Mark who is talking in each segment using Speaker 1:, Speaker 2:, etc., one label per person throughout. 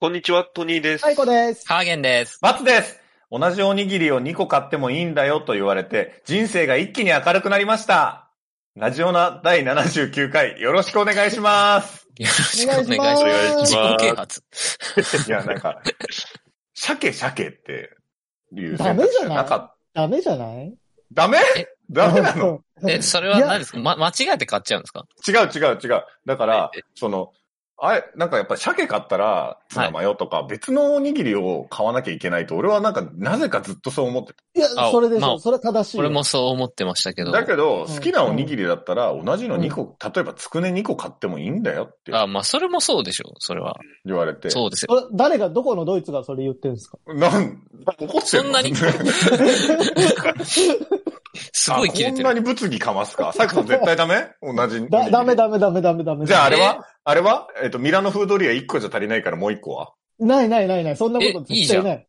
Speaker 1: こんにちは、トニーです。
Speaker 2: はい、こです。
Speaker 3: ハーゲンです。
Speaker 4: 松です同じおにぎりを2個買ってもいいんだよと言われて、人生が一気に明るくなりましたラジオナ第79回、よろしくお願いします
Speaker 3: よろし
Speaker 2: く
Speaker 3: く
Speaker 2: お
Speaker 3: お
Speaker 2: 願
Speaker 3: 願
Speaker 2: い
Speaker 3: い
Speaker 2: し
Speaker 3: し
Speaker 2: ま
Speaker 3: ますす。
Speaker 1: お
Speaker 3: 自
Speaker 1: 願いします
Speaker 3: 己啓発。
Speaker 4: いや、なんか、鮭鮭っていう
Speaker 2: ダ
Speaker 4: 選
Speaker 2: メ
Speaker 4: 択
Speaker 2: じ
Speaker 4: 肢
Speaker 2: ゃ
Speaker 4: が
Speaker 2: ない
Speaker 4: なかった。
Speaker 2: ダメじゃない
Speaker 4: ダメダメ なの
Speaker 3: え、それは何ですかま、間違えて買っちゃうんですか
Speaker 4: 違う違う違う。だから、その、あれ、なんかやっぱ鮭買ったら、ツナマヨとか別のおにぎりを買わなきゃいけないと、俺はなんか、なぜかずっとそう思って
Speaker 2: いや、
Speaker 3: あ
Speaker 2: それでし
Speaker 3: ま
Speaker 2: ょ。
Speaker 3: あ
Speaker 2: それは正しい。
Speaker 3: 俺もそう思ってましたけど。
Speaker 4: だけど、
Speaker 2: うん
Speaker 4: 好きなおにぎりだったら、同じの2個、例えばつくね2個買ってもいいんだよって
Speaker 3: あ、まあ、それもそうでしょ。それは。
Speaker 4: 言われて。
Speaker 3: そうですよ。
Speaker 2: それ誰が、どこのドイツがそれ言ってるんですか
Speaker 4: なん、怒ってる
Speaker 3: そんな にすごい切れて
Speaker 4: こんな
Speaker 3: る。
Speaker 4: に物議かますかサクさん絶対ダメ同じ。
Speaker 2: だ、ダメ。ダメダメダメダメ。
Speaker 4: じゃああれ
Speaker 2: れ
Speaker 4: はあれはえっと、ミラノフードリア1個じゃ足りないからもう1個は
Speaker 2: ないないないない。そんなこと
Speaker 3: えいい
Speaker 2: 絶
Speaker 3: じ
Speaker 2: 対
Speaker 3: ゃん
Speaker 2: ない。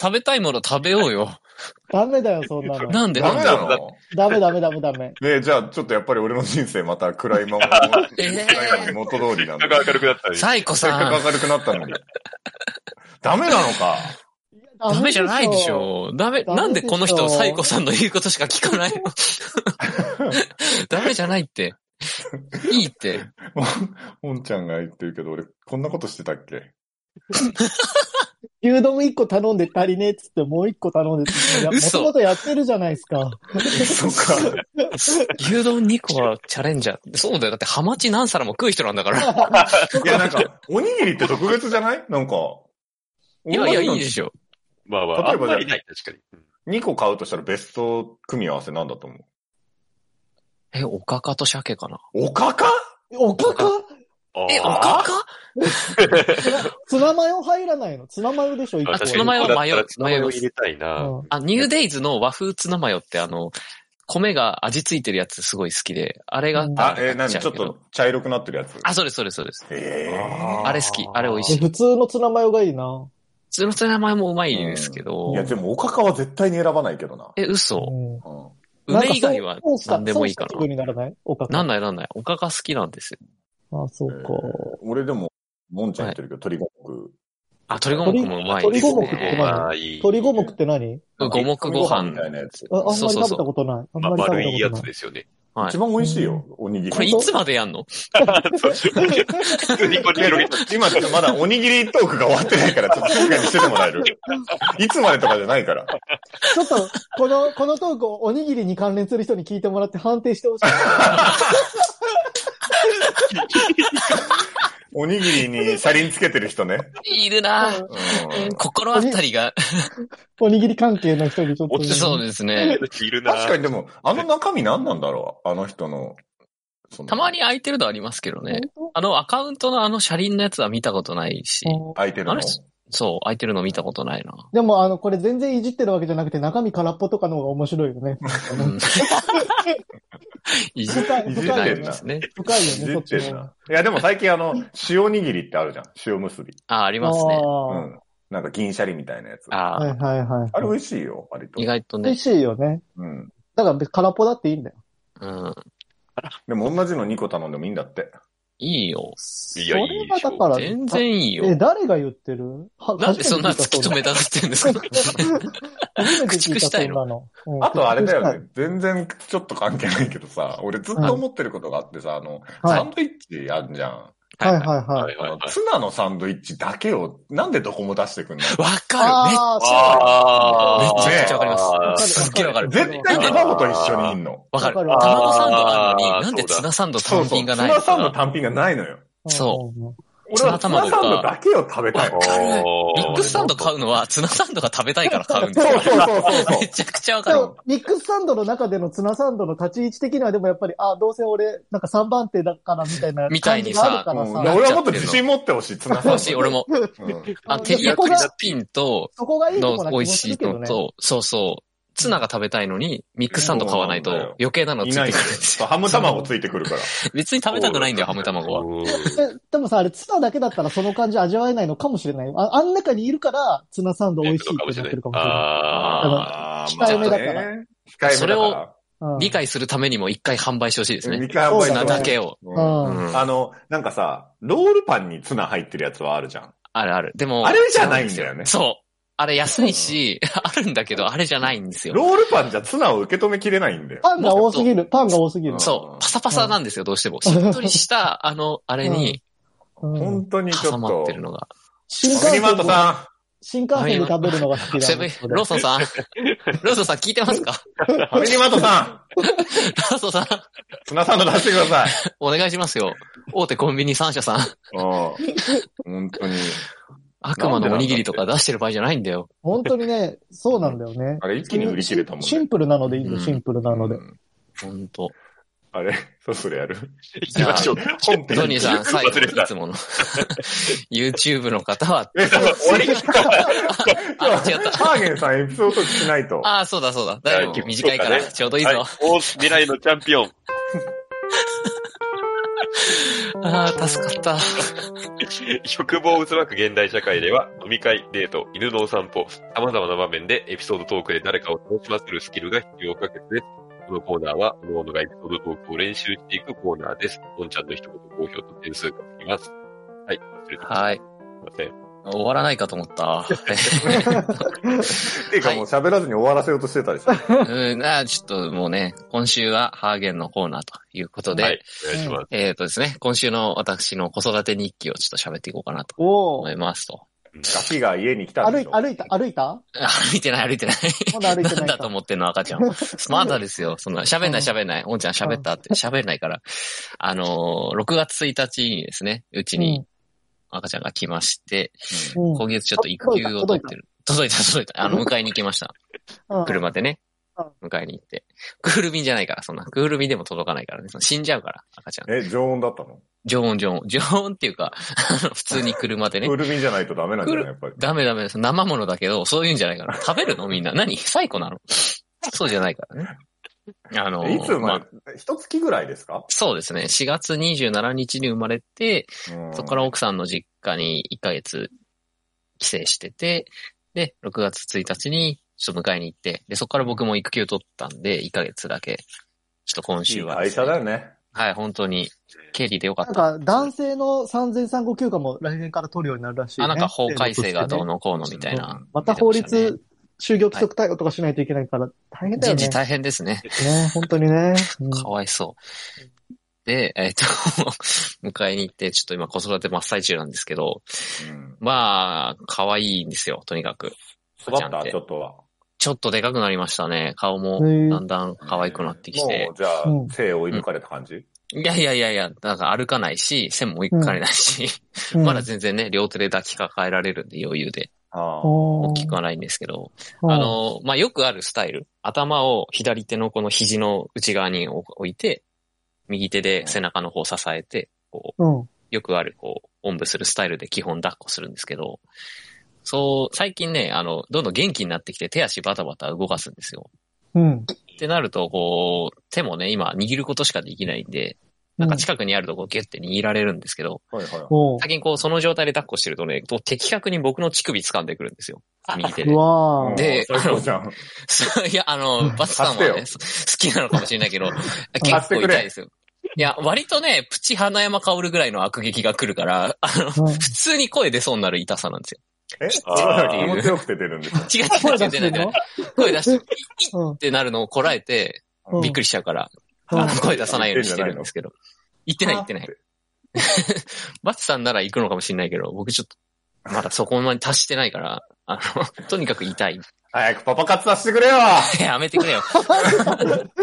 Speaker 3: 食べたいもの食べようよ。
Speaker 2: ダメだよ、そんなの。
Speaker 3: なんで
Speaker 4: ダ
Speaker 3: なん
Speaker 4: メ
Speaker 3: で
Speaker 4: なの
Speaker 2: ダメダメダメダメ。
Speaker 4: ねじゃあちょっとやっぱり俺の人生また暗いまま、
Speaker 3: えー
Speaker 4: 暗いまま元通りなん
Speaker 1: な
Speaker 4: だ
Speaker 1: ん。か明るくなったり。
Speaker 3: サイコ
Speaker 4: せっ
Speaker 3: さ
Speaker 4: か
Speaker 3: ん
Speaker 4: く。明るくなったのに。ダメなのか。
Speaker 3: ダメじゃないでし。ょ。ダメ、
Speaker 2: ダメでしょ
Speaker 3: なんでこの人、サイコさんの言うことしか聞かない のダメじゃないって。いいって。
Speaker 4: おんちゃんが言ってるけど、俺、こんなことしてたっけ
Speaker 2: 牛丼一個頼んで足りねえっつって、もう一個頼んで、いや、も
Speaker 3: 嘘
Speaker 2: ともとやってるじゃないですか。
Speaker 4: そうか。
Speaker 3: 牛丼2個はチャレンジャー。そうだよ。だってハマチ何皿も食う人なんだ から。
Speaker 4: いや、なんか、おにぎりって特別じゃないなんか。
Speaker 3: いやいや、いいでし
Speaker 4: ょ。
Speaker 3: ょ。
Speaker 1: まあまあ、あ
Speaker 4: 例
Speaker 1: ん
Speaker 4: えば
Speaker 1: まりない、確かに。
Speaker 4: 2個買うとしたらベスト組み合わせなんだと思う。
Speaker 3: え、おかかと鮭かな。
Speaker 4: おかか
Speaker 2: おかか
Speaker 1: あー
Speaker 3: え、おかか
Speaker 2: ツナツナマヨ入らないのツナマヨでしょ、一個
Speaker 1: あ
Speaker 2: は。
Speaker 1: 確かに
Speaker 3: ツナマヨは迷う
Speaker 1: ツナマヨ入れたいな。
Speaker 2: うん
Speaker 3: あ、ニューデイズの和風ツナマヨってあの、米が味付いてるやつすごい好きで、あれが、
Speaker 4: あ、
Speaker 3: 食
Speaker 4: え
Speaker 3: べたく
Speaker 4: ー、なんで
Speaker 3: な
Speaker 4: ちょ
Speaker 3: ちゃう
Speaker 4: っ
Speaker 3: けど
Speaker 4: と茶色くなってるやつ。
Speaker 3: あ、そうです、そうです、そうです。
Speaker 4: え
Speaker 3: あれ好き、あれ美味し
Speaker 2: え
Speaker 3: い。普
Speaker 2: 普通のツナマヨがいいな。
Speaker 3: 通のツナマヨもうまいですけど
Speaker 4: いや、。でもおかかは絶対に選ばないけどな。
Speaker 3: え、嘘
Speaker 2: うん
Speaker 4: うん
Speaker 3: 梅以外は
Speaker 2: なんかそう
Speaker 3: 何でもいいか
Speaker 2: そうした気分にならないおかか。
Speaker 3: な。なんないなんない。おかか好きなんですよ。
Speaker 2: あ、そうか。
Speaker 4: 俺でも、もんちゃん言ってるけど、鳥五目。
Speaker 3: あ、鶏五目もうまいです
Speaker 2: 鶏五目って
Speaker 3: ね。
Speaker 2: 何
Speaker 1: まあいい。
Speaker 2: 鳥五目って何
Speaker 3: 五目ご飯
Speaker 4: み。たいなやつ。
Speaker 2: ああんまり
Speaker 3: そうそうそう
Speaker 2: 食べたことない。あん
Speaker 1: まあ、
Speaker 2: まり食
Speaker 1: 丸
Speaker 2: べ
Speaker 1: い
Speaker 2: た
Speaker 1: や
Speaker 2: こと
Speaker 1: つ
Speaker 2: ない。
Speaker 1: ですよね。
Speaker 3: はい
Speaker 4: 一。番美味しいよ、おにぎり。
Speaker 3: これいつまでやんの
Speaker 1: 普通にこれ広げて
Speaker 4: 今ちょっとまだおにぎりトークが終わってないから、ちょっと静かにしててもら える。いつまでとかじゃないから。
Speaker 2: ちょっと、この、このトークをおにぎりに関連する人に聞いてもらって判定してほしい。
Speaker 4: おにぎりに車輪つけてる人ね。
Speaker 3: いるなぁ
Speaker 4: うん
Speaker 3: 心当たりが。
Speaker 2: おにぎり関係の人にちょっと。
Speaker 3: そうですね。
Speaker 1: いるな。
Speaker 4: 確かにでも、あの中身何なんだろうあの人の。その
Speaker 3: たまに空いてるのありますけどね。あのアカウントのあの車輪のやつは見たことないし、
Speaker 2: 本当
Speaker 4: 空いてる
Speaker 3: あの
Speaker 4: の
Speaker 3: 人そう、空いてるの見たことないな。
Speaker 2: でも、あの、これ全然いじってるわけじゃなくて、中身空っぽとかの方が面白いよね。
Speaker 3: うん、いじ
Speaker 2: 深い、
Speaker 4: いじってんな
Speaker 2: 深い
Speaker 3: ない
Speaker 2: よね
Speaker 3: で。すね。
Speaker 2: 深いよね、
Speaker 4: 出
Speaker 2: そっち
Speaker 4: て
Speaker 2: も
Speaker 4: るな。いや、でも最近あの、塩にぎりってあるじゃん。塩結び。
Speaker 3: あ、ありますね。
Speaker 4: う
Speaker 2: あ
Speaker 4: ん。なんか銀シャリみたいなやつ。あ
Speaker 2: あ
Speaker 3: あ、
Speaker 2: はいはいはい。
Speaker 4: れ美味しいよ、割と
Speaker 3: 意。外と
Speaker 2: 美
Speaker 3: ね
Speaker 2: 味。しいよね。
Speaker 4: うん。
Speaker 2: だから別に空っぽだっていいんだよ。
Speaker 3: うん。
Speaker 4: でも同じの2個頼んでもいいんだって。
Speaker 3: いいよ。
Speaker 1: いやいいでしょ
Speaker 2: それはだから、
Speaker 3: 全然いい
Speaker 2: え、
Speaker 3: よ。
Speaker 2: 誰が言ってるは
Speaker 3: なんでそんな突
Speaker 2: 初
Speaker 3: き
Speaker 2: めて聞い
Speaker 3: 止めたがって んです
Speaker 2: た
Speaker 3: か
Speaker 2: そんな初めて聞い
Speaker 3: 駆逐したいの
Speaker 2: そんなの。うん
Speaker 4: あとあれだ
Speaker 2: 駆逐
Speaker 4: よ
Speaker 2: し
Speaker 4: ね。全然ちょっと関係ないけどさ、俺ずっと思ってることがあってさ、あの、
Speaker 2: はい
Speaker 4: サンドイッチあんじゃん。
Speaker 2: たいはいはいはい。
Speaker 1: はい
Speaker 4: あ
Speaker 1: はいは
Speaker 4: の
Speaker 1: い。
Speaker 4: ツナのサンドイッチだけを、なんでどこも出してくんの
Speaker 3: わかる。
Speaker 2: あ
Speaker 1: あ
Speaker 3: めっちゃ
Speaker 1: ー
Speaker 3: めっちゃわかりま
Speaker 2: ー
Speaker 3: す。すっげえわかる。
Speaker 4: 絶対卵と一緒にいんの。
Speaker 3: わかる。
Speaker 2: わかるわ
Speaker 3: 卵サンドなのに
Speaker 1: あー、
Speaker 3: なんでツナサンド
Speaker 4: そう
Speaker 3: 単
Speaker 4: そう。
Speaker 3: 品が
Speaker 4: ツ
Speaker 3: ないの
Speaker 4: ナ
Speaker 3: か
Speaker 4: サンド単品がないのよ。
Speaker 3: そ
Speaker 2: うん。
Speaker 4: 俺はツナサンドだけを食べたいの。
Speaker 3: ミックスサンド買うのは、ツナサンドが食べたいから買うんです
Speaker 4: そう
Speaker 3: よ。
Speaker 4: そうそうそうそう
Speaker 3: め。ちゃくちゃわか
Speaker 2: で
Speaker 3: る。
Speaker 2: も、ミックスサンドの中でのツナサンドの立ち位置的には、でもやっぱり、あ、どうせ俺、なんか3番手だからみたいな
Speaker 3: みた
Speaker 2: 感
Speaker 3: い
Speaker 2: じ
Speaker 3: に
Speaker 2: がある
Speaker 3: さ
Speaker 2: から
Speaker 4: うん
Speaker 2: さ。
Speaker 4: 俺はもっと自信持ってほしい、ツナサンド。
Speaker 3: 欲しい、俺も。
Speaker 4: うん。
Speaker 3: あ、
Speaker 2: うん
Speaker 3: テリヤ
Speaker 2: そこ
Speaker 3: キ
Speaker 2: が
Speaker 3: チキンと、
Speaker 2: そこがいいとこ
Speaker 3: の
Speaker 2: な気
Speaker 3: 美
Speaker 2: も
Speaker 3: 味
Speaker 2: す
Speaker 3: し
Speaker 2: る
Speaker 3: い
Speaker 2: けど
Speaker 3: の
Speaker 2: ね。
Speaker 3: と、そうそう、ツナが食べたいのに、ミックスサンド買わないと
Speaker 4: そうなんだよ
Speaker 3: 余計なのつ
Speaker 4: い
Speaker 3: い
Speaker 4: な
Speaker 3: て
Speaker 4: い
Speaker 3: く
Speaker 4: の
Speaker 3: る
Speaker 4: よ
Speaker 3: んですよ。
Speaker 4: ハム卵ついてくるから。
Speaker 3: 別に食べたくないんだよ、ハム卵は。
Speaker 1: は。
Speaker 2: ででもさ、あれ、ツナだけだったらその感じ味わえないのかもしれないよ。ああん中にいるから、ツナサンド美味しいってなってるかもしれない。
Speaker 1: あ
Speaker 4: あー
Speaker 2: 控えめだから
Speaker 4: まあね控えめだから。
Speaker 2: うん
Speaker 3: 理解するためにも一回販売してほしいですね。
Speaker 4: 二回
Speaker 2: そう
Speaker 3: ツ
Speaker 2: だね
Speaker 3: ナだけを。
Speaker 4: う
Speaker 2: うんん。
Speaker 3: うん
Speaker 4: あの、なんかさ、ロールパンにツナ入ってるやつはあるじゃん。
Speaker 3: あるある。でも。
Speaker 4: あれじゃないんだよね
Speaker 3: そう。あれ安いし、あるんだけど、あれじゃないんですよ。
Speaker 4: ロールパンじゃツナを受け止めきれないんだよ。
Speaker 2: パンが多すぎる。パンが多すぎる。
Speaker 3: そう。パサパサなんですよ、どうしても。しっとりした、あの、あれに
Speaker 2: うん
Speaker 4: 本当にちょ
Speaker 3: 挟
Speaker 4: っ
Speaker 3: まっ
Speaker 4: と
Speaker 3: て。るのが。
Speaker 2: 新幹
Speaker 4: ミニマ
Speaker 2: 線
Speaker 4: ント
Speaker 2: で、
Speaker 4: さ
Speaker 2: 新幹線で食べるのが好き
Speaker 3: セ
Speaker 2: だ
Speaker 3: ブン ローソンさん、ローソンさん聞いてますか
Speaker 4: ん、ミニマントさん、
Speaker 3: ローソンさん、
Speaker 4: ツナサンド出してくだ さい。
Speaker 3: お願いしますよ。大手コンビニ3社さん、
Speaker 4: うん本当に。
Speaker 3: 悪魔のおにぎりとか出してる場合じゃないんだよ。
Speaker 2: 本当にね、そうなんだよね。
Speaker 4: あれ一気に売り切れたもんね。
Speaker 2: シンプルなのでいいん
Speaker 3: う
Speaker 2: だ、
Speaker 3: ん
Speaker 2: シンプルなので
Speaker 4: う。ん
Speaker 3: ほんと。
Speaker 4: あれそろそろやる
Speaker 1: 行きましょう。本
Speaker 3: トニーさん、最後
Speaker 1: 忘れ
Speaker 3: に
Speaker 1: て
Speaker 3: い
Speaker 1: た。
Speaker 3: つもの。YouTube の方は、
Speaker 4: え、 だから終わり
Speaker 3: あ、違った。
Speaker 4: ハーゲンさんエピソードしないと。
Speaker 3: ああ、そうだそうだ。だいぶ短いか
Speaker 1: そうだ
Speaker 3: ら、
Speaker 1: ね
Speaker 3: ちょうどいい
Speaker 1: はい
Speaker 3: ぞ。。
Speaker 1: お未来のチャンピオン。
Speaker 3: ああ、助かった。
Speaker 1: 欲望を渦巻く現代社会では、飲み会、デート、犬のお散歩、様々な場面でエピソードトークで誰かを楽しませるスキルが必要不可欠です。このコーナーは、各々がエピソードトークを練習していくコーナーです。のんちゃんの一言好評と点数がつきます。はい、忘れてまし
Speaker 3: はい。
Speaker 1: た。すいま
Speaker 3: 終わらないかと思 った。
Speaker 4: っていうかもう喋らずに終わらせようとしてたでしょ。
Speaker 3: うん、なあちょっともうね、今週はハーゲンのコーナーということ
Speaker 1: せん。
Speaker 3: で、
Speaker 1: はい、お願いします。
Speaker 3: えっ、とですね、今週の私の子育て日記をちょっと喋っていこうかなと
Speaker 2: お
Speaker 3: 思
Speaker 2: ー
Speaker 3: いますと。
Speaker 4: ガキが家に来たん
Speaker 2: 歩
Speaker 4: で
Speaker 2: い
Speaker 4: しょ。
Speaker 2: 歩いた、歩いた
Speaker 3: あ歩いてない歩いてない。
Speaker 2: まだ歩いて
Speaker 3: な
Speaker 2: なんい
Speaker 3: だ
Speaker 2: か
Speaker 3: と。思ってんの赤ちゃ んは。まだですよ。そんな、喋んない喋んない。おんちゃん喋ったって喋んないから。あのー、6月1日にですね、うちに赤ちゃんが来まして、
Speaker 2: うんうん
Speaker 3: 今月ちょっと育休を取ってる。届いた届いた。あの、迎えに行きました。車でね
Speaker 2: うん。
Speaker 3: 迎えに行って。クール便じゃないから、そんな。クール便でも届かないからね。その死んじゃうから、赤ちゃん。
Speaker 4: え、常温だったの
Speaker 3: 常温常温。常温っていうか、あの普通に車でね
Speaker 4: ウ。ルミンじゃないとダメなんじゃないやっぱり。
Speaker 3: ダメダメです。生物だけど、そういうんじゃないから。食べるのみんな。何サイ コなのそうじゃないからね。あのー、
Speaker 4: えいつ生
Speaker 3: ま
Speaker 4: ま
Speaker 3: あ
Speaker 4: れ、一月ぐらいですか
Speaker 3: そうですね。4月27日に生まれて、そこから奥さんの実家に1ヶ月帰省してて、で、6月1日にちょっと迎えに行って、で、そこから僕も育休取ったんで、1ヶ月だけ、ちょっと今
Speaker 4: い
Speaker 3: 週
Speaker 4: い
Speaker 3: は
Speaker 4: 会
Speaker 3: ですね、
Speaker 4: 社だよね。
Speaker 3: はい、本当に、経理でよかっ
Speaker 2: なん
Speaker 3: た。
Speaker 2: か、男性の産前産後休暇も来年から取るようになるらしい、ね。
Speaker 3: あ、なんか法改正がどう
Speaker 2: う
Speaker 3: のこうのみたいな。
Speaker 2: また法律、就業規則対応とかしないといけないから、大変だよ
Speaker 3: 人
Speaker 2: ね。
Speaker 3: 事大変です
Speaker 2: ね、
Speaker 3: ね。
Speaker 2: 本当にね。うん
Speaker 3: かわいそう。で、えっ、と、 迎えに行って、ちょっと今子育て真っ最中なんですけど、
Speaker 4: うん
Speaker 3: まあ、可愛いんですよ、とにかく。
Speaker 4: 育ったちょっとは。
Speaker 3: ちょっとでかくなりましたね。顔も
Speaker 2: へー
Speaker 3: だんだん可愛くなってきて
Speaker 4: も。う、じゃあ
Speaker 2: うん、
Speaker 4: 生を追い抜かれた感じ
Speaker 3: いやいやいやいや、なんか歩かないし、線も追いかかれないし、
Speaker 2: うん
Speaker 3: まだ全然ね、両手で抱きかかえられるんで余裕で
Speaker 4: ああ。
Speaker 2: 大
Speaker 3: 大きくはないんですけど、
Speaker 2: うん
Speaker 3: あの、まあ、よくあるスタイル。頭を左手のこの肘の内側に置いて、右手で背中の方を支えて、こ
Speaker 2: うん。
Speaker 3: う、よくある、こう、おんぶするスタイルで基本抱っこするんですけど、そう、最近ね、あの、どんどん元気になってきて手足バタバタ動かすんですよ。
Speaker 2: うん。
Speaker 3: ってなると、こう、手もね、今握ることしかできないんで、なんか近くにあるとこうギュッて握られるんですけど、
Speaker 4: はいはい。
Speaker 2: おう
Speaker 3: 先にこうその状態で抱っこしてるとね、こう的確に僕の乳首掴んでくるんですよ。右手で
Speaker 2: う。わー
Speaker 3: で
Speaker 4: 最高じゃん。
Speaker 3: そういや、あの、バツさんは
Speaker 4: 買
Speaker 3: ね、そ好きなのかもしれな いけど、
Speaker 4: 買っ
Speaker 3: 結
Speaker 4: て
Speaker 3: 構
Speaker 4: くれ
Speaker 3: 痛いですよ。いや、割とね、プチ花山薫ぐらいの悪劇が来るから、あの、
Speaker 2: うん
Speaker 3: 普通に声出そうになる痛さなんですよ。
Speaker 4: え
Speaker 1: あ
Speaker 3: ー
Speaker 4: 気持ちよくて出るん です
Speaker 3: 違う
Speaker 4: よ。
Speaker 3: 違う
Speaker 2: 声
Speaker 3: 違う
Speaker 2: 出し
Speaker 3: 出
Speaker 2: て
Speaker 3: な
Speaker 2: ん
Speaker 3: い出ない
Speaker 2: の
Speaker 3: 声出して、イ
Speaker 2: う
Speaker 3: ッってなるのをこらえて、
Speaker 2: ん
Speaker 3: びっくりしちゃうから、
Speaker 2: うん
Speaker 3: あの声出さないようにしてるんですけど。言ってない言ってない。 バツさんなら行くのかもしれないけど、僕ちょっと、まだそこまで達してないから、あの、 とにかく痛い。
Speaker 4: 早くパパ活させてくれよ
Speaker 3: やめてくれよ。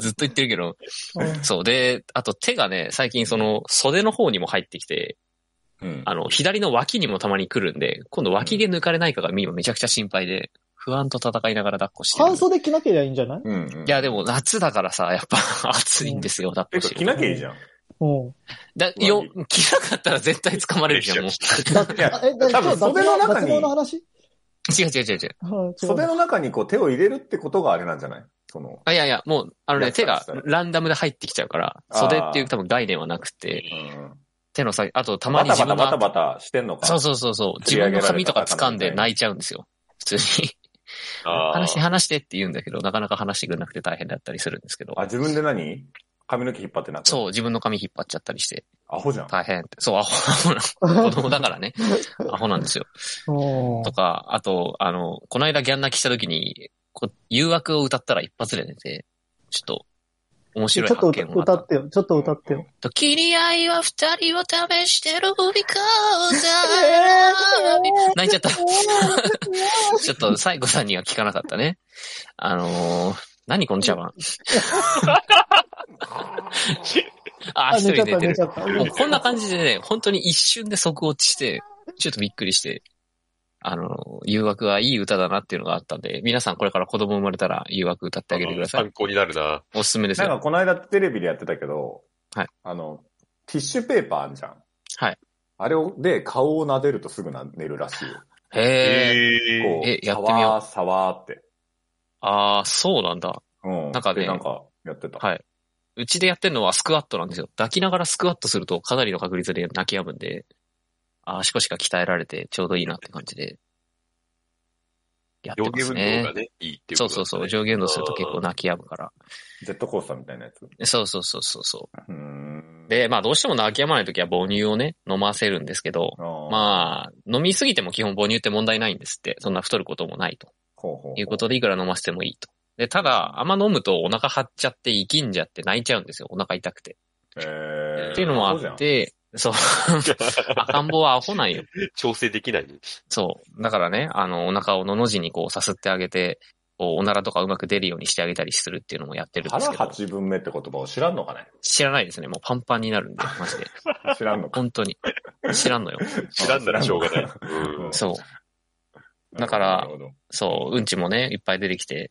Speaker 3: ずっと言ってるけど。そう。で、あと手がね、最近その袖の方にも入ってきて、
Speaker 4: うん
Speaker 3: あの、左の脇にもたまに来るんで、今度脇毛抜かれないかが今めちゃくちゃ心配で、不安と戦いながら抱っこしてる
Speaker 2: 半。袖着なければいいんじゃない
Speaker 4: うんうん。
Speaker 3: いや、でも夏だからさ、やっぱ暑いんですよ、抱っ
Speaker 4: て
Speaker 3: こし
Speaker 4: か
Speaker 3: て
Speaker 4: 着
Speaker 3: る。
Speaker 4: なきゃいいじゃん。
Speaker 2: うん。
Speaker 3: だよ、着なかったら絶対掴まれるじゃん、もう。
Speaker 4: いや
Speaker 2: あえ、だ
Speaker 4: 多
Speaker 2: 今
Speaker 4: 分
Speaker 2: 日脱
Speaker 4: 袖の
Speaker 2: 毛
Speaker 4: 中
Speaker 2: 脱
Speaker 4: に
Speaker 2: 毛の話
Speaker 3: 違う違う違う違う。
Speaker 2: うん違う
Speaker 4: 袖の中にこう手を入れるってことがあれなんじゃないその、
Speaker 3: あ、いやいや、もう、あの
Speaker 4: や
Speaker 3: ね、
Speaker 4: った
Speaker 3: 手が
Speaker 4: した
Speaker 3: ランダムで入ってきちゃうから、
Speaker 4: あー
Speaker 3: 袖っていう多分概念はなくて、
Speaker 4: うん
Speaker 3: 手の先、あとたま
Speaker 4: バ
Speaker 3: に
Speaker 4: タ
Speaker 3: 自
Speaker 4: バタ
Speaker 3: 分
Speaker 4: バタ
Speaker 3: が、
Speaker 4: バタしてんのか。
Speaker 3: そうそうそうそう、自
Speaker 4: 釣り上
Speaker 3: 分
Speaker 4: げられ
Speaker 3: の
Speaker 4: た
Speaker 3: 髪とか掴んで泣いちゃうんですよ。普通に。
Speaker 1: あ
Speaker 3: 話して
Speaker 1: ー
Speaker 3: 話してって言うんだけど、なかなか話してくれなくて大変だったりするんですけど。
Speaker 4: あ、自分で何髪の毛引っ張ってなくう。
Speaker 3: そう、自分の髪引っ張っちゃったりして、
Speaker 4: アホじゃん。
Speaker 3: 大変って。そう、アホ、アホな、子供だから ね。アホなんですよ。
Speaker 2: おー
Speaker 3: とか、あと、あの、この間ギャン泣きした時に、こ誘惑を歌ったら一発で出て、ちょっと、面
Speaker 2: ち
Speaker 3: 白い
Speaker 2: ょっと
Speaker 3: 発
Speaker 2: 歌
Speaker 3: 見もあ
Speaker 2: 歌
Speaker 3: った
Speaker 2: っ。てよ。ちょっと歌ってよ。
Speaker 3: と、君愛は二人を試してる because I love you 泣いちゃった。ちょっと、サイコさんには聞かなかったね。あのー、何この茶 番。あ、
Speaker 2: あ、
Speaker 3: 一
Speaker 2: 寝ちゃ
Speaker 3: 人
Speaker 2: った、
Speaker 3: 寝て
Speaker 2: 寝
Speaker 3: る
Speaker 2: ちゃ。った。
Speaker 3: もうこんな感じでね、本当に一瞬で即落ちして、ちょっとびっくりして、あの、誘惑はいい歌だなっていうのがあったんで、皆さんこれから子供生まれたら誘惑歌ってあげてください。
Speaker 1: 参考になるな。
Speaker 3: おすすめです
Speaker 4: なんか
Speaker 3: よ。
Speaker 4: この間テレビでやってたけど、
Speaker 3: はい
Speaker 4: あの、ティッシュペーパーあんじゃん。
Speaker 3: はい。
Speaker 4: あれを、で、顔を撫でるとすぐな寝るらしいよ。
Speaker 3: へえ。
Speaker 1: え
Speaker 4: こう
Speaker 3: えやってみよう
Speaker 4: サワー、サワーって。
Speaker 3: ああ、そうなんだ。
Speaker 4: うん。
Speaker 3: なんかね
Speaker 4: でなんかやってた。
Speaker 3: はい。うちでやってるのはスクワットなんですよ。抱きながらスクワットするとかなりの確率で泣き止むんで、あー足腰が鍛えられてちょうどいいなって感じで。やって
Speaker 1: 上
Speaker 3: ま
Speaker 1: 下
Speaker 3: す
Speaker 1: 運動
Speaker 3: ね
Speaker 1: が。ね、いいっていう
Speaker 3: そ
Speaker 1: ことだったね、
Speaker 3: うそうそう。上下運動すると結構泣き止むから。
Speaker 4: ジェットコースターみたいなやつ。う
Speaker 3: そうそうそうそうそう。
Speaker 4: ーん。
Speaker 3: で、まあどうしても泣き止まないときは母乳をね、飲ませるんですけど、
Speaker 4: あー、
Speaker 3: まあ、飲みすぎても基本母乳って問題ないんですって。そんな太ることもないと
Speaker 4: ほうほうほう
Speaker 3: いうことで、いくら飲ませてもいいと。で、ただ、あんま飲むとお腹張っちゃって、生きんじゃって泣いちゃうんですよ。お腹痛くて。
Speaker 4: えー
Speaker 3: っていうのもあっ。て、そう。赤ん坊はアホなんよ。
Speaker 1: 調整できない。
Speaker 3: そう。だからね、あの、お腹をのの字にこうさすってあげて、こう、おならとかうまく出るようにしてあげたりするっていうのもやってるんです
Speaker 4: 腹
Speaker 3: けど、
Speaker 4: 八分目って言葉を知らんのかね
Speaker 3: 知らないですね。もうパンパンになるんで、マジで。
Speaker 4: 知らんのか。
Speaker 3: 本当に。知らんの よ。
Speaker 1: 知らんならしょうがない。うん
Speaker 3: そう。だから
Speaker 4: なるほど
Speaker 3: そう、うんちもね、いっぱい出てきて、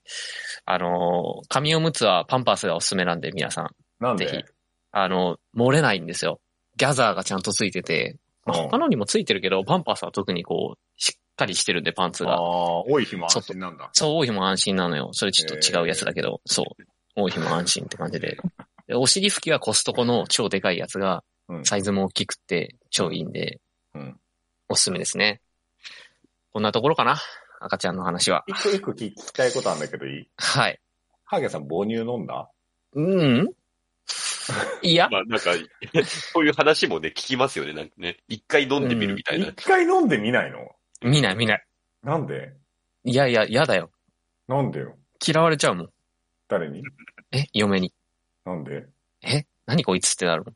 Speaker 3: あのー、紙おむつはパンパースがおすすめなんで、皆さん。
Speaker 4: なん
Speaker 3: ぜ
Speaker 4: で
Speaker 3: ひあの、漏れないんですよ。ギャザーがちゃんとついてて、まあ
Speaker 4: うん
Speaker 3: 他のにもついてるけど、パンパースは特にこう、しっかりしてるんで、パンツ
Speaker 4: あ
Speaker 3: が。
Speaker 4: あー、多い日も安心なんだ。
Speaker 3: そう、多い日も安心なのよ。それちょっと違うやつだけど、そう。多い日も安心って感じで。でお尻拭きはコストコの超でかいやつが、
Speaker 4: うん
Speaker 3: サイズも大きくて、超いいんで、
Speaker 4: うん
Speaker 3: おすすめですね。こんなところかな赤ちゃんの話は。
Speaker 4: 一個一個聞きたいことあるんだけどいい
Speaker 3: はい。
Speaker 4: ハーゲンさん母乳飲んだ
Speaker 3: うん。 いや、
Speaker 1: まあなんか、そういう話もね、聞きますよね。なんかね、一回飲んでみるみたいな。
Speaker 4: 一回飲んでみないの
Speaker 3: 見ない見ない。
Speaker 4: なんで
Speaker 3: いやいや、やだよ。
Speaker 4: なんでよ
Speaker 3: 嫌われちゃうもん。
Speaker 4: 誰に
Speaker 3: え、嫁に。
Speaker 4: なんで
Speaker 3: え、何こいつってなるも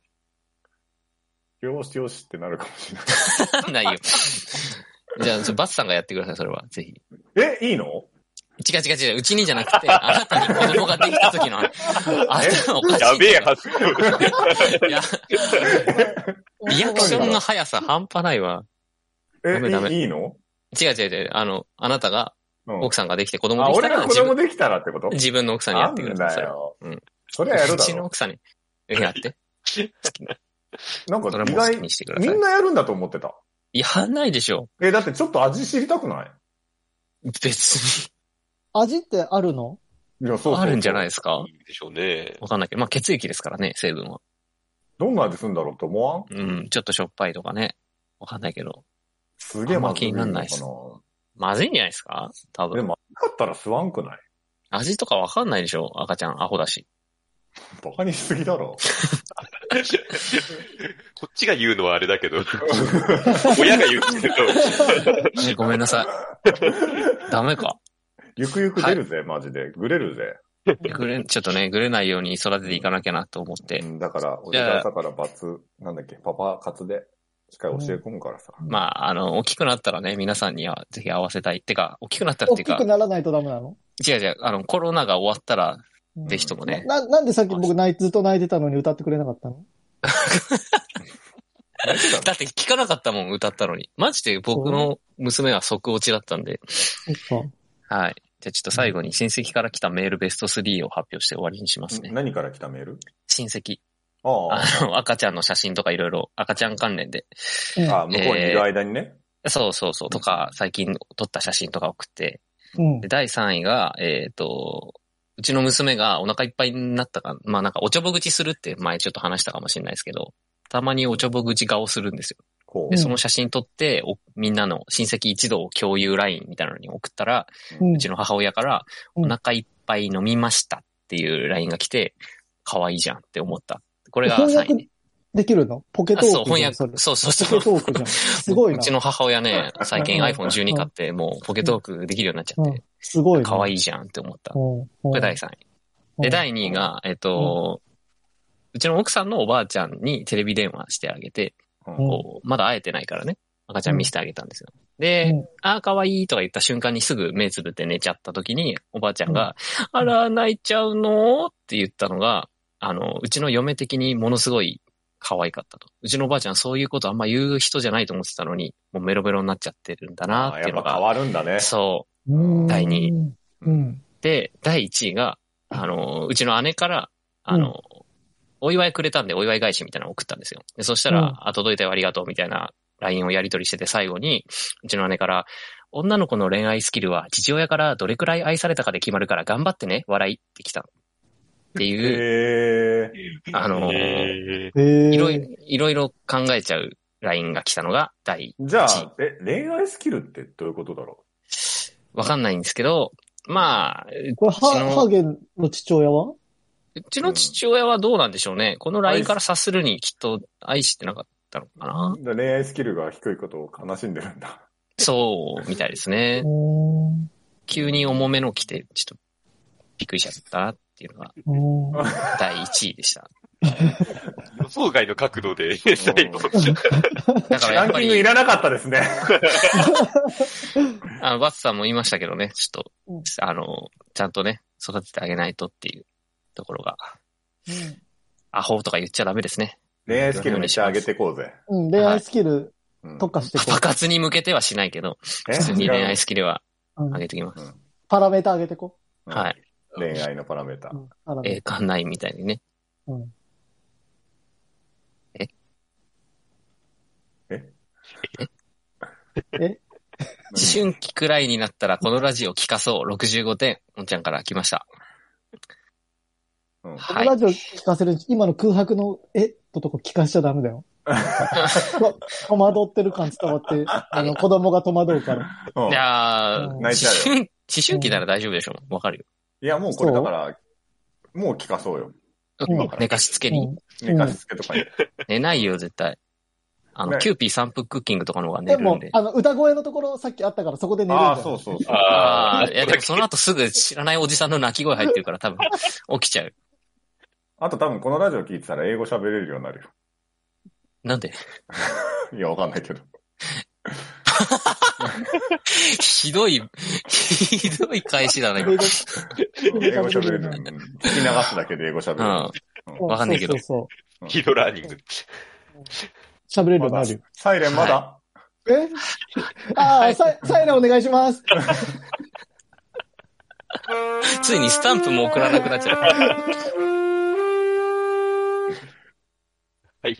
Speaker 4: よーしよしってなるかもし
Speaker 3: ん。
Speaker 4: れ
Speaker 3: ないよ。 じゃあ、それバツさんがやってください、それは。ぜひ。
Speaker 4: ない。え、いいの
Speaker 3: 違う違う違う、うちにじゃなく て、あなたに子供ができた時の、ああなたのおかしい。
Speaker 1: やべえ発想。
Speaker 3: いや、リアクションの速さ半端ないわ。ダメダメ
Speaker 4: え、いいいの
Speaker 3: 違う違う違う、あの、あなたが、
Speaker 4: うん
Speaker 3: 奥さんができて子供
Speaker 4: あ、
Speaker 3: できた
Speaker 4: 俺
Speaker 3: ら、
Speaker 4: が子
Speaker 3: 自
Speaker 4: 供
Speaker 3: 分、
Speaker 4: できたらってこと
Speaker 3: 自分の奥さんにや
Speaker 4: な
Speaker 3: っ
Speaker 4: ん
Speaker 3: てくださ
Speaker 4: だ
Speaker 3: い。
Speaker 4: よ
Speaker 3: うん。
Speaker 4: それはやる
Speaker 3: う
Speaker 4: だ
Speaker 3: ちの
Speaker 4: ろ。
Speaker 3: 奥さんに、やって。
Speaker 4: なん
Speaker 3: それも
Speaker 4: か意
Speaker 3: 好
Speaker 4: 外
Speaker 3: き、にしてくだ
Speaker 4: み
Speaker 3: さい
Speaker 4: ん。なやるんだと思ってた。
Speaker 3: やんないでしょ。
Speaker 4: え、だってちょっと味知りたくない
Speaker 3: 別に。
Speaker 2: 味ってあるの
Speaker 4: いや、そうそう。
Speaker 3: あるんじゃないですか
Speaker 1: でしょうね。
Speaker 3: わかんないけど、まあ血液ですからね、成分は。
Speaker 4: どんな味するんだろうって思わん
Speaker 3: うん、ちょっとしょっぱいとかね。わかんないけど。
Speaker 4: すげえまずいの
Speaker 3: あんま気になん
Speaker 4: か
Speaker 3: ないっすまずいんじゃないですか多
Speaker 4: な。で
Speaker 3: 分。
Speaker 4: も、なかったら吸わんくない
Speaker 3: 味とかわかんないでしょ赤ちゃん、アホだし。
Speaker 4: バカにしすぎ だろ。
Speaker 1: こっちが言うのはあれだけど、親が言うけど、
Speaker 3: ごめんなさい。ダメか。
Speaker 4: ゆくゆく出るぜ、マジで。ぐれるぜ。
Speaker 3: ぐれ、ちょっとね、ぐれないように育てていかなきゃなと思って
Speaker 4: う。んだから、俺
Speaker 3: じゃあ
Speaker 4: がだから、バツ、なんだっけ、パパ活で、しっかり教え込むからさ。
Speaker 3: まあ、あの、大きくなったらね、皆さんにはぜひ合わせたい。ってか、大きくなったらっ
Speaker 2: 大
Speaker 3: ていう
Speaker 2: き
Speaker 3: か
Speaker 2: く、ならないとダメなの
Speaker 3: 違う違う、あの、コロナが終わった
Speaker 2: うん
Speaker 3: ら、ぜひともね。
Speaker 2: な、なんでさっき僕泣いずっと泣いてたのに歌ってくれなかったの
Speaker 4: 大丈夫だ
Speaker 3: だって聞かなかったもん、歌ったのに。マジで僕の娘は即落ちだったんで。
Speaker 2: そっか。
Speaker 3: はい。じゃあちょっと最後に親戚から来たメールベスト3を発表して終わりにしますね。
Speaker 4: 何から来たメール
Speaker 3: 親戚。
Speaker 4: あ
Speaker 3: あの、赤ちゃんの写真とかいろいろ、赤ちゃん関連で
Speaker 2: うん
Speaker 4: あ、あ向こうにいる間にね。
Speaker 3: そうそうそう。とか、最近撮った写真とか送って。
Speaker 2: うん
Speaker 3: で、。第3位が、えっ、と、うちの娘がお腹いっぱいになったか、まあなんかおちょぼ口するって前ちょっと話したかもしれないですけど、たまにおちょぼ口顔するんですよ。
Speaker 4: こ
Speaker 3: で、
Speaker 2: うん
Speaker 3: その写真撮って、おみんなの親戚一同共有ラインみたいなのに送ったら、
Speaker 2: うん
Speaker 3: うちの母親から、
Speaker 2: うん
Speaker 3: お腹いっぱい飲みましたっていうラインが来て、可愛いじゃんって思った。これが
Speaker 2: 翻
Speaker 3: 最
Speaker 2: 訳
Speaker 3: 後に。
Speaker 2: できるのポケ
Speaker 3: あ
Speaker 2: トークじ
Speaker 3: そ
Speaker 2: ゃ。
Speaker 3: うん翻訳
Speaker 2: それ。
Speaker 3: そうそう
Speaker 2: ポ
Speaker 3: そう
Speaker 2: ケト。ークじゃん。すごいうな
Speaker 3: ち。の母親ね、最近
Speaker 2: うん
Speaker 3: iPhone12 買って、もうポケトークできるようになっちゃ
Speaker 2: う
Speaker 3: っ
Speaker 2: ん
Speaker 3: て、。
Speaker 2: すごいな。
Speaker 3: 可愛
Speaker 2: い。
Speaker 3: いじゃんって思った。こ
Speaker 2: こ
Speaker 3: れ第3位。で、第2位が、えっと、うちの奥さんのおばあちゃんにテレビ電話してあげて、
Speaker 2: うん
Speaker 3: こうまだ会えてないからね、赤ちゃん見せてあげたんですよ。で、
Speaker 2: うん
Speaker 3: あー可愛いとか言った瞬間にすぐ目つぶって寝ちゃった時に、おばあちゃんが、あら、泣いちゃうのって言ったのが、あの、うちの嫁的にものすごい可愛かったと。うちのおばあちゃんそういうことあんま言う人じゃないと思ってたのに、もうメロメロになっちゃってるんだな
Speaker 4: あ
Speaker 3: っ
Speaker 4: ー
Speaker 3: て
Speaker 4: や
Speaker 3: い
Speaker 4: っ
Speaker 3: うの
Speaker 4: ぱ
Speaker 3: が。
Speaker 4: 変わるんだね。
Speaker 3: そう。
Speaker 2: うん
Speaker 3: 第二位。
Speaker 2: うん。
Speaker 3: で、第1位が、あの、うちの姉から、あの、お祝いくれたんでお祝い返しみたいなのを送ったんですよ。で、そしたら、
Speaker 2: うん
Speaker 3: あ、届いたよありがとうみたいな LINE をやり取りしてて最後に、うちの姉から、女の子の恋愛スキルは父親からどれくらい愛されたかで決まるから頑張ってね、笑いってきた。っていう、
Speaker 4: へえ。
Speaker 3: あのー
Speaker 1: え
Speaker 2: えー
Speaker 3: いろいろ、いろいろ考えちゃう LINE が来たのが第、
Speaker 4: じゃあ、え、恋愛スキルってどういうことだろ
Speaker 3: わかんないんですけど、まあ、
Speaker 2: これ、ハ
Speaker 3: うちの
Speaker 2: ハーゲンの父親は
Speaker 3: うちの父親はどうなんでしょうね。この LINE から察するにきっと愛してなかったのかな
Speaker 4: う。だから恋愛スキルが低いことを悲しんでるんだ。
Speaker 3: そう、みたいですね。
Speaker 2: うん
Speaker 3: 急に重めの来て、ちょっと、びっくりしちゃったなっていうのが
Speaker 2: うん
Speaker 3: 第1位でした。
Speaker 1: 予想外の角度で、最後。
Speaker 3: だから
Speaker 4: ラ
Speaker 3: やっ
Speaker 4: ン
Speaker 3: ぱ
Speaker 4: キングい
Speaker 3: り、
Speaker 4: らなかっ たですね。
Speaker 3: あの、バツさんも言いましたけどね、ちょ
Speaker 2: うん
Speaker 3: っと、あの、ちゃんとね、育ててあげないとっていうところが、アホとか言っちゃダメですね。
Speaker 4: 恋愛スキルにしてあげてこうぜ。
Speaker 2: うん。恋愛スキル
Speaker 4: うん
Speaker 2: 特化してこ
Speaker 3: 爆発に向けてはしないけど、
Speaker 4: え
Speaker 3: 普通に恋愛
Speaker 4: 違
Speaker 3: スキル
Speaker 2: う。
Speaker 3: は
Speaker 2: うん
Speaker 3: 上げてきます。
Speaker 2: パラメータ上げてこ
Speaker 4: う
Speaker 3: は
Speaker 4: 恋愛のパラメータ
Speaker 2: う。う。んパラメー
Speaker 3: 栄冠ないみたいにね。思春期くらいになったらこのラジオ聞かそう65点、おんちゃんから来ました。
Speaker 4: うん
Speaker 2: タ。
Speaker 3: は
Speaker 2: このラ
Speaker 3: い。
Speaker 2: ジオ聞かせる、今の空白の、えっととこ聞かしちゃダメだよ。 わ戸惑ってる感伝わって、 あの、子供が戸惑うから。
Speaker 4: う
Speaker 3: い
Speaker 4: ん
Speaker 3: やー、
Speaker 2: うん
Speaker 3: 思
Speaker 4: 泣いちゃうよ
Speaker 3: 春思春期なら大丈夫でしょわかるよ。
Speaker 4: いや、もうこれだから、もう聞かそうよ。
Speaker 2: うん
Speaker 3: 寝かしつけ
Speaker 2: う
Speaker 3: に。
Speaker 2: ん
Speaker 4: 寝かしつけとかに。
Speaker 3: 寝ないよ、絶対。あの、
Speaker 4: ね
Speaker 3: キューピー3分クッキングとかの方が寝
Speaker 2: で
Speaker 3: る
Speaker 2: も
Speaker 3: んで、。
Speaker 2: あの、歌声のところさっきあったからそこで寝るんだ
Speaker 4: あ
Speaker 2: よ。
Speaker 4: あ、そうそうそう。
Speaker 1: あ
Speaker 3: あ
Speaker 1: あ
Speaker 3: あ、いやでもその後すぐ知らないおじさんの泣き声入ってるか ら多分起きちゃう。
Speaker 4: あと多分このラジオ聞いてたら英語喋れるようにな る
Speaker 3: なんで
Speaker 4: よ。いや、わかんないけど。
Speaker 3: ひどい、ひどい返しだね。
Speaker 2: 英語
Speaker 4: 英語喋れる。うん聞き流すだけで英語喋
Speaker 3: う
Speaker 4: れ
Speaker 3: ん
Speaker 4: る。。
Speaker 2: う
Speaker 3: わかんないけど
Speaker 2: そうそう
Speaker 1: ヒドラーニング。
Speaker 2: そう喋れるように
Speaker 4: ま
Speaker 2: な
Speaker 4: だ
Speaker 2: るよ。
Speaker 4: サイレンまだ
Speaker 2: えああ、サイサイレンお願いします。
Speaker 3: ついにスタンプも送らなくなっちゃう。
Speaker 1: はい。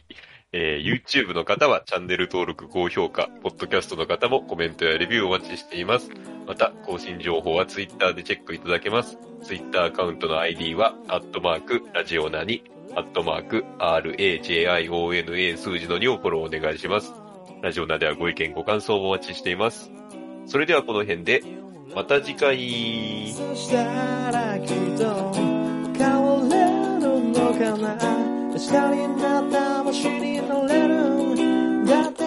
Speaker 1: えー YouTube の方はチャンネル登録、高評価、Podcast の方もコメントやレビューお待ちしています。また、更新情報は Twitter でチェックいただけます。Twitter アカウントの ID は、アットマーク、ラジオナに、アットマーク、RAJIONA 数字の2をフォローお願いします。ラジオナではご意見、ご感想もお待ちしています。それではこの辺で、また次回。
Speaker 5: そしたらきっと変われるのかな明日になった星に乗れるだって